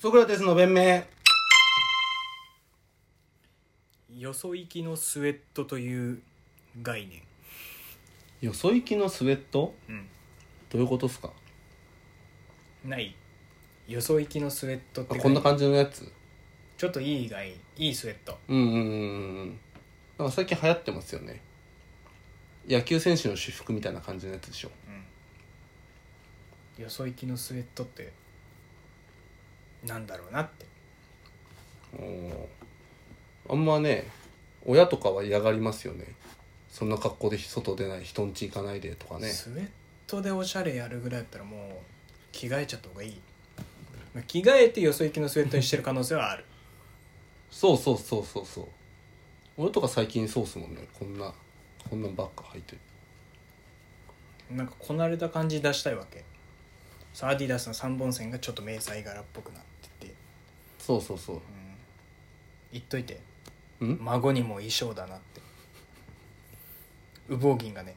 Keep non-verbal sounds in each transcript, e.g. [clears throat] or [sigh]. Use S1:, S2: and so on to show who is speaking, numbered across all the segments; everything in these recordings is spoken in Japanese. S1: ソクラテスの弁明
S2: よそ行きのスウェットという概念
S1: よそ行きのスウェット
S2: うん
S1: どういうことっすか
S2: ないよそ行きのスウェットっ
S1: あ
S2: て
S1: こんな感じのやつ
S2: ちょっといいがいいいいスウェット
S1: うんうんうんうんなんか最近流行ってますよね野球選手の私服みたいな感じのやつでしょ
S2: よそ行きのスウェットってなんだろうなって
S1: あんまね親とかは嫌がりますよねそんな格好で外出ない人ん家行かないでとかね
S2: スウェットでおしゃれやるぐらいだったらもう着替えちゃった方がいいまあ着替えてよそ行きのスウェットにしてる可能性はある
S1: そうそうそうそうそう俺とか最近そうっすもんねこんなこんなんばっか履いてる
S2: なんかこなれた感じ出したいわけそうアディダスの3本線がちょっと迷彩柄っぽくなってて
S1: そうそうそう
S2: 言っといて
S1: ん
S2: 孫にも衣装だなって羽毛銀がね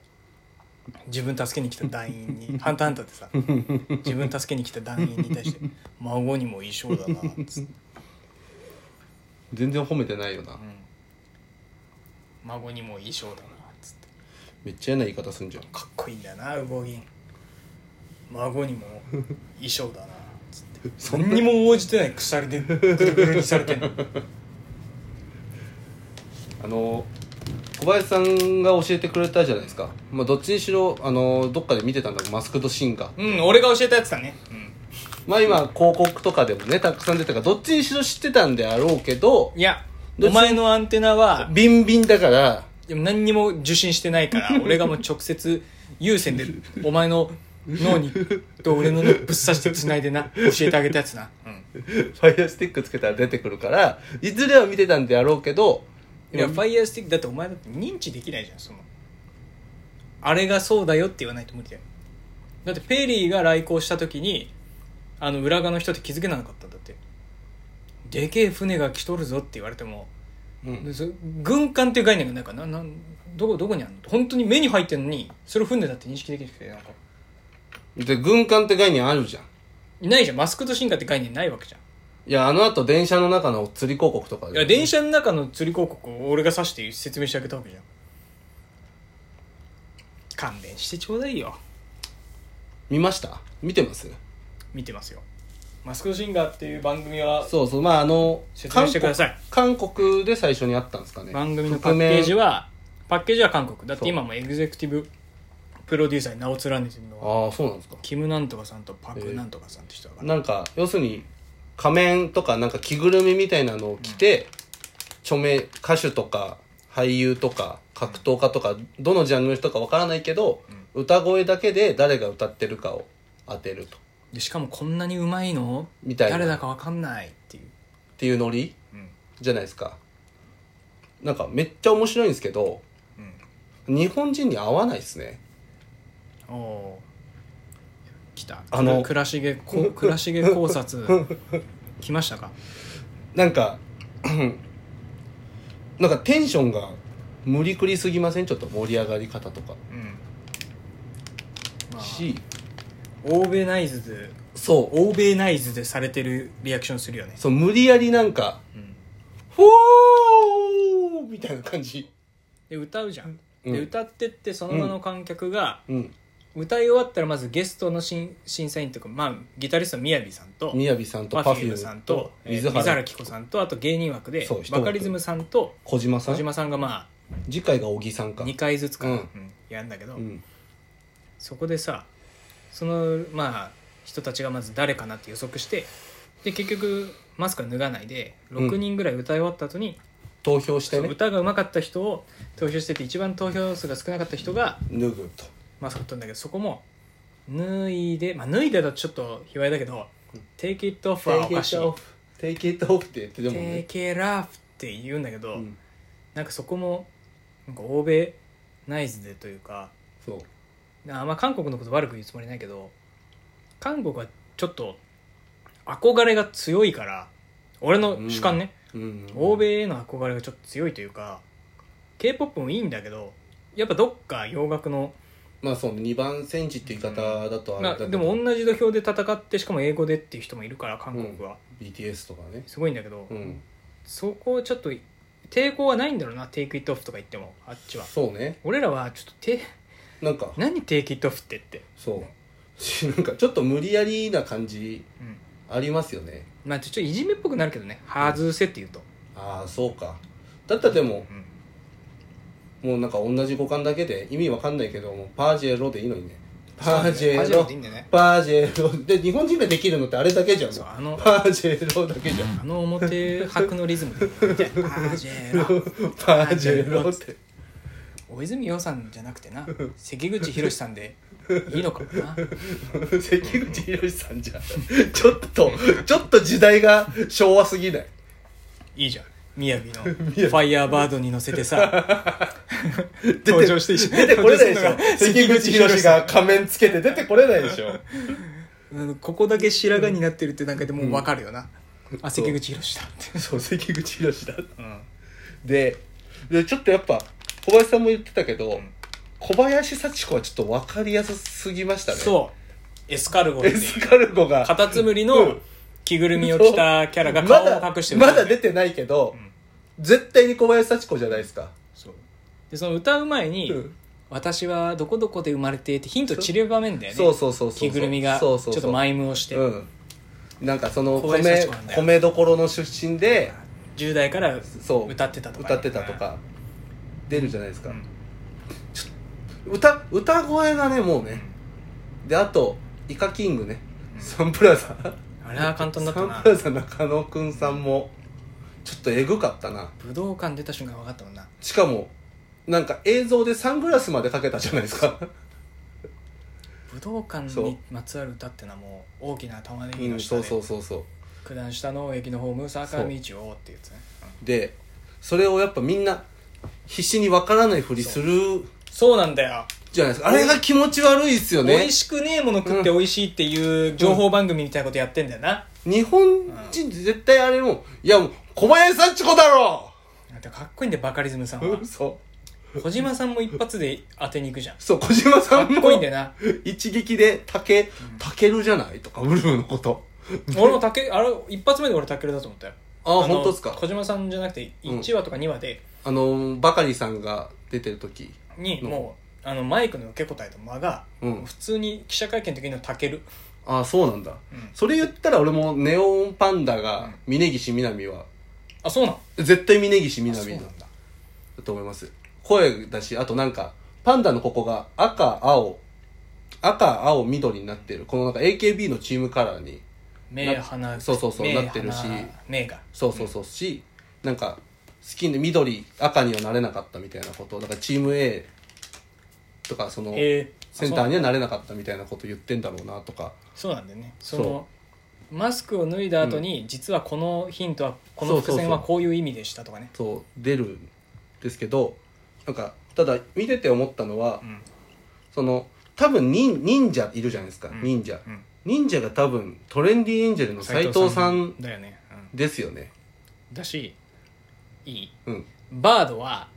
S2: 自分助けに来た団
S1: [laughs]
S2: 員に「ハンターハンター」ってさ自分助けに来た団員に対して「孫にも衣装だな」っつって、
S1: 全然褒めてないよな、
S2: うん孫にも衣装だな」っつって
S1: めっちゃ嫌な言い方すんじゃん
S2: かっこいいんだよな羽毛銀孫にも衣装だなっつって
S1: [laughs] そんな
S2: 何にも応じてない鎖でぐるぐるにされてんの
S1: あの小林さんが教えてくれたじゃないですか、まあ、どっちにしろあのどっかで見てたんだけどマスクドシンガー
S2: うん俺が教えたやつだねうん
S1: まあ今広告とかでもねたくさん出たからどっちにしろ知ってたんであろうけど
S2: いや
S1: どっ
S2: お
S1: ち
S2: 前のアンテナは
S1: ビンビンだから
S2: でも何にも受信してないから
S1: [laughs]
S2: 俺がもう直接有線でお前の脳にと俺の脳ぶっ刺してつないでな教えてあげたやつな、うん、
S1: ファイアスティックつけたら出てくるからいずれは見てたんであろうけど
S2: いやファイヤースティックだってお前だって認知できないじゃんそのあれがそうだよって言わないと無理だよだってペリーが来航した時にあの裏側の人って気づけなかったんだってでけえ船が来とるぞって言われても
S1: うん
S2: でそ軍艦っていう概念がないからななんどこどこにあるの本当に目に入ってんのにそれを船だって認識できなくてなんか
S1: で軍艦って概念あるじゃん
S2: いないじゃんマスクと進化って概念ないわけじゃん
S1: いやあの後電車の中の釣り広告とか
S2: いや電車の中の釣り広告を俺が指して説明してあげたわけじゃん勘弁してちょうだいよ
S1: 見ました見てます
S2: 見てますよマスクとシンガーっていう番組は
S1: そうそうまああの
S2: 説明してください
S1: 韓国韓国で最初にあったんですかね
S2: 番組のパッケージ
S1: は
S2: はパッケージは韓国だっ
S1: そ
S2: て
S1: う
S2: 今もエグゼクティブプロデューサーに名を連ねてるのは
S1: ああそうなんですか
S2: キムなんとかさんとパクなんとかさんって人だから、
S1: なんか要するに仮面とかなんか着ぐるみみたいなのを着て、著名歌手とか俳優とか格闘家とかどのジャンルの人かわからないけど、歌声だけで誰が歌ってるかを当てるとっ
S2: でしかもこんなにうまいの
S1: みたいな
S2: 誰だかわかんないっていう、
S1: ていうノリじゃないですかなんかめっちゃ面白いんですけど日本人に合わないですね
S2: おおー来た
S1: あの
S2: 倉重 [laughs] こ倉重考察来ましたか
S1: なんか [clears throat] なんかテンションが無理くりすぎませんちょっと盛り上がり方とか
S2: うんまあ
S1: し
S2: 欧米ナイズで
S1: そう
S2: 欧米ナイズでされてるリアクションするよね
S1: そう、無理やりなんか、
S2: ん
S1: フォーみたいな感じ。
S2: で歌うじゃ
S1: う
S2: ん、
S1: ん
S2: で歌ってってその場の観客が、
S1: うん。
S2: 歌い終わったらまずゲストの審審査員というかまあギタリストのみやびさんと
S1: みやびさんと
S2: パ
S1: パ
S2: フ
S1: フ
S2: ュー
S1: ュ
S2: ム
S1: ー
S2: さん
S1: ム
S2: と
S1: と
S2: えー
S1: 水
S2: 水
S1: 原
S2: 原希子さんとあと芸人枠で
S1: そう一
S2: バ
S1: 枠
S2: カリズムさんと
S1: 小島さ
S2: 小
S1: ん。
S2: 島さんがま
S1: 次回が小木さん
S2: あ
S1: か。
S2: 2回ずつかな、
S1: うん
S2: うんやるんだけど、
S1: うん。
S2: そこでさそのまあ人たちがまず誰かなって予測してで結局マスクは脱がないで
S1: うん
S2: 6人ぐらい歌い終わった後に、
S1: 投票してね、
S2: 歌が上手かった人を投票してて一番投票数が少なかった人が
S1: 脱ぐと。
S2: マスク取ったんだけどそこも脱いで、まあ、脱いでだとちょっと卑猥だけど「Take it off」はおかしい
S1: Take it off って言って
S2: 「
S1: でもん
S2: Take
S1: ね。
S2: it off」って言うんだけど、
S1: うん。
S2: なんかそこもなんか欧米ナイズでというか
S1: そう。
S2: なあまあ韓国のこと悪く言うつもりないけど韓国はちょっと憧れが強いから俺の主観ね、
S1: うん。
S2: 欧。米への憧れがちょっと強いというか k p o p もいいんだけどやっぱどっか洋楽の
S1: まあそうね2番戦時っていう言い方だとあれ
S2: ま
S1: だ
S2: あ、
S1: けど、
S2: でも同じ土俵で戦ってしかも英語でっていう人もいるから韓国は、
S1: BTS とかね
S2: すごいんだけど、
S1: うん
S2: そこをちょっと抵抗はないんだろうな「Take it off」とか言ってもあっちは
S1: そうね
S2: 俺らはちょっとて
S1: なんか
S2: 「何 Take it off」ってって、
S1: そうしなんかちょっと無理やりな感じ
S2: うん、
S1: ありますよね
S2: まあちょっといじめっぽくなるけどね「外せ」って言うと、
S1: ああそうかだったらでも
S2: うん
S1: もうなんか同じ語感だけで意味わかんないけどもパージェロでいいのにねパージェ
S2: そう
S1: ロ
S2: だねパージェロでいい
S1: パージェ
S2: んだよね
S1: ロで日本人ができるのってあれだけじゃん
S2: そう
S1: も
S2: あの
S1: うパージェロだけじゃん
S2: あの表拍のリズムで「みたいなパージェロ
S1: パージェロって
S2: 大泉洋さんじゃなくてな関口宏さんでいいのかもな
S1: 関口宏さんじゃんちょっとちょっと時代が昭和すぎない
S2: いいじゃん雅の [laughs] ファイヤーバードに乗せてさ
S1: [laughs]
S2: 登場して一緒に
S1: 出てこれないでしょ
S2: 登場するの
S1: 関口宏
S2: さん
S1: が仮面つけて出てこれないでしょ
S2: うんここだけ白髪になってるってなんかでもう分かるよな、あ関口宏だっ
S1: [laughs]
S2: て
S1: そう関口宏だ
S2: うん
S1: ででちょっとやっぱ小林さんも言ってたけど、
S2: ん
S1: 小林幸子はちょっと分かりやすすぎましたね
S2: そうエスカルゴって
S1: エ
S2: いう
S1: スカルゴが
S2: カタツムリ
S1: う
S2: の
S1: ん
S2: 着ぐるみを着たキャラが顔を隠してる
S1: まだまだ出てないけど、絶対に小林幸子じゃないですか、
S2: そうでその歌う前に、
S1: うん
S2: 私はどこどこで生まれて」ってヒント散る場面だよね
S1: そうそうそうそう
S2: 着ぐるみがち
S1: そ
S2: ょ
S1: うそうそう
S2: っとマイムをして、
S1: うんなんかその
S2: 小林
S1: 米
S2: 幸子なんだよ
S1: 米どころの出身で
S2: 10代から
S1: そう
S2: 歌ってたとか
S1: 歌
S2: ね、
S1: ってたとか出るじゃないですか、
S2: うん
S1: 歌歌声がねもうねであとイカキングね、サンプラザ
S2: あれは簡単だった
S1: サン
S2: な
S1: プラザ中野くんさんもちょっとえぐかったな
S2: 武道館出た瞬間分かったもんな
S1: しかもなんか映像でサングラスまでかけたじゃないですか
S2: 武道館
S1: そう
S2: にまつわる歌ってのはもう大きな玉ね
S1: う
S2: ぎの
S1: ん
S2: 下
S1: そう
S2: で
S1: そうそうそう
S2: 九段下の駅のホーム坂道をっていうやつね
S1: でそれをやっぱみんな必死にわからないふりする
S2: そうなんだよ、
S1: じゃないですかあれが気持ち悪いっすよ
S2: 美
S1: ね
S2: 味しくねえもの食って美味しいっていう情報番組みたいなことやってんだよな、
S1: 日本人絶対あれもいやもう小林幸子だろ
S2: なんかかっこいいんだよバカリズムさんは
S1: うんそう
S2: 小島さんも一発で当てに行くじゃん
S1: そう小島さ
S2: かっ
S1: んも
S2: こいいんだよな
S1: 一撃で「たけ」「たけるじゃない?」とかウルフのこと
S2: 俺も竹あれ一発目で俺タケルだと思ったよ
S1: ああ
S2: の
S1: 本当ですか
S2: 小島さんじゃなくて
S1: うん
S2: 1話とか2話で、
S1: あのバカリさんが出てる時
S2: にもうあのマイクの受け答えと間が、
S1: うん
S2: 普通に記者会見の時のタケル
S1: ああそうなんだ、
S2: うん
S1: それ言ったら俺もネオンパンダが峯岸みなみは
S2: あそうなの
S1: 絶対峯岸みな
S2: あそう
S1: み
S2: な
S1: だ
S2: んだ
S1: と思います声だしあとなんかパンダのここが赤青赤青緑になってるこのなんか AKB のチームカラーに
S2: 目鼻
S1: そうそうそう
S2: 目
S1: なってるし
S2: 鼻目が
S1: そうそうそうし、なんか好きで緑赤にはなれなかったみたいなことだからチーム A とかその
S2: えー
S1: センターにはなれなかったみたいなこと言ってんだろうなとか
S2: そうなんだよねそのマスクを脱いだ後に、実はこのヒントはこの伏線はこういう意味でしたとかね
S1: そう出るんですけどなんかただ見てて思ったのは、
S2: うん
S1: その多分忍忍者いるじゃないですか、
S2: ん
S1: 忍者
S2: うん
S1: 忍者が多分トレンディエンジェルの斎藤さん
S2: だよね、うん
S1: ですよね
S2: だしいい
S1: うん
S2: バードは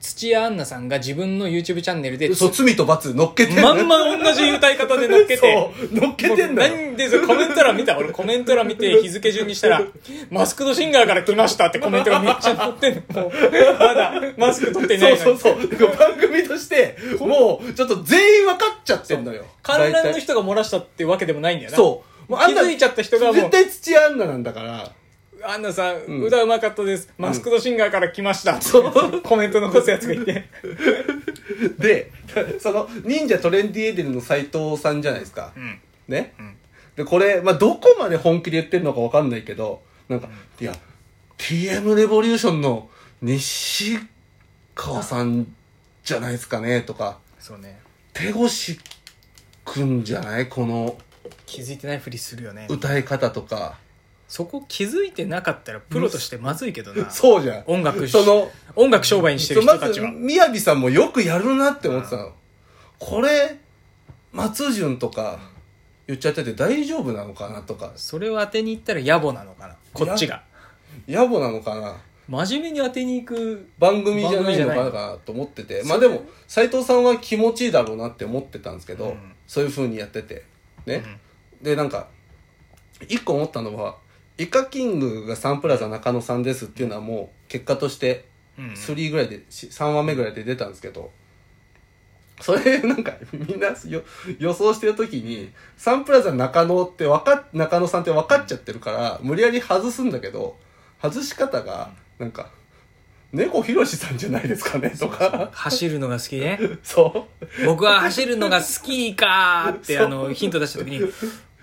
S2: 土屋アンナさんが自分の YouTube チャンネルで
S1: そう罪と罰乗っけて
S2: まんま同じ歌い方で乗っけて
S1: そう乗っけてんだよ
S2: 何でそれコメント欄見た俺コメント欄見て日付順にしたら「マスクドシンガーから来ました」ってコメントがめっちゃ載ってんのもうまだマスク取ってないの
S1: そう
S2: に
S1: そうそうだから番組としてもうちょっと全員分かっちゃってんのよ
S2: 観覧の
S1: 大体
S2: 人が漏らしたってわけでもないんだよな
S1: そうもうあんな
S2: 気づいちゃった人がもう
S1: 絶対土屋アンナなんだから
S2: アンナさん、
S1: ん
S2: 歌うまかったですマスクドシンガーから来ましたって、コメント残すやつがいて
S1: でその忍者トレンディエンジェルの斎藤さんじゃないですか、
S2: ん
S1: ね、でこれ、まあ、どこまで本気で言ってるのか分かんないけどなんか、いや TM レボリューションの西川さんじゃないですかねとか
S2: そうね
S1: 手越くんじゃないこの
S2: 気づいてないふりするよね
S1: 歌い方とか、
S2: そこ気づいてなかったらプロとしてまずいけどな
S1: そうじゃん
S2: 音楽し
S1: その
S2: 音楽商売にしてる
S1: ま
S2: 人た
S1: ず
S2: ちは、
S1: みやびさんもよくやるなって思ってたの、これ松潤とか言っちゃってて大丈夫なのかなとか
S2: それを当てに行ったら野暮なのかなこっちが
S1: 野暮なのかな
S2: 真面目に当てに行く
S1: 番組じゃないの
S2: 番
S1: か
S2: 組
S1: な
S2: じゃ
S1: と思ってて
S2: そう
S1: まあでも斎藤さんは気持ちいいだろうなって思ってたんですけど、
S2: うん
S1: そういう風にやっててね、でなんか一個思ったのは「イカキングがサンプラザ中野さんです」っていうのはもう結果として
S2: うん
S1: 3ぐらいでし3話目ぐらいで出たんですけどそれなんか [laughs] みんなよ予想してる時にサンプラザ中野ってわか中野さんって分かっちゃってるから無理やり外すんだけど外し方がなんか「猫ひろしさんじゃないですかね」とか
S2: 走るのが好きね
S1: そう
S2: 僕は走るのが好きかーって
S1: そう
S2: あのヒント出した時に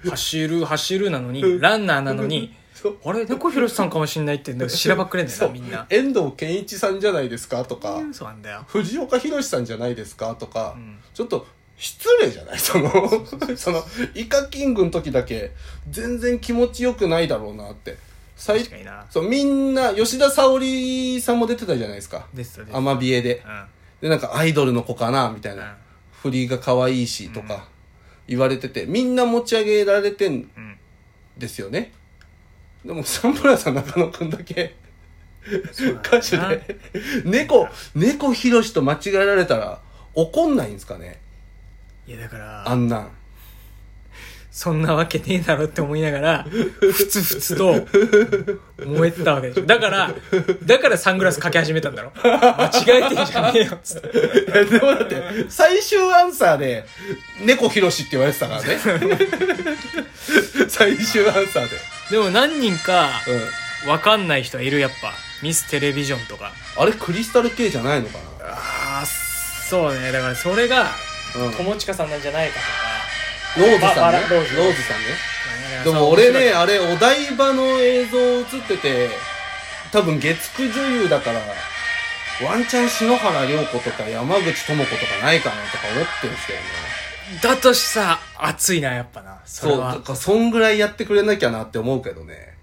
S2: 走る走るなのにランナーなのに
S1: そう
S2: あれ猫ひろしさんかもしんないってなんか知らばっくれんだよ
S1: そ
S2: な
S1: う
S2: みんな
S1: 遠藤健一さんじゃないですかとか
S2: そうなんだよ
S1: 藤岡弘さんじゃないですかとか、
S2: うん
S1: ちょっと失礼じゃないそ [laughs]
S2: [laughs]
S1: のそのイカキングの時だけ全然気持ちよくないだろうなって最
S2: 確かにな
S1: そうみんな吉田沙保里さんも出てたじゃないですか
S2: ですよね
S1: アマビエででなんかアイドルの子かなみたい
S2: うん
S1: な振りが可愛いしとか言われててみんな持ち上げられてん
S2: うんうん
S1: ですよねでもサンプラザ中野くんだけ
S2: そうなんだよ
S1: 歌手
S2: な
S1: で猫猫ひろしと間違えられたら怒んないんですかね
S2: いやだから
S1: あんなん
S2: そんなわけねえだろって思いながら、ふつふつと燃えてたわけでしょ。だから、だからサングラスかけ始めたんだろ。間違えてんじゃねえよ、つって。
S1: いやでもだって最終アンサーで「猫ひろし」って言われてたからね
S2: [laughs]
S1: 最終アンサーで、
S2: でも何人か、
S1: うん、
S2: わかんない人はいる、やっぱ。ミステレビジョンとか。
S1: あれクリスタル系じゃないのか
S2: ああ、そうね。だからそれが、
S1: な、うん、ロ
S2: 友近さんなんじゃないか
S1: ーズ
S2: ま
S1: さ
S2: あ
S1: んね
S2: ロ
S1: ロー
S2: ーズ
S1: ズさんね
S2: とか。
S1: でも俺ね、あれお台場の映像映ってて多分月9女優だからワンチャン篠原涼子とか山口智子とかないかなとか思ってるんですけどね
S2: だとしさ、熱いな、やっぱな。それ
S1: そう
S2: は
S1: だ。からそんぐらいやってくれなきゃなって思うけどね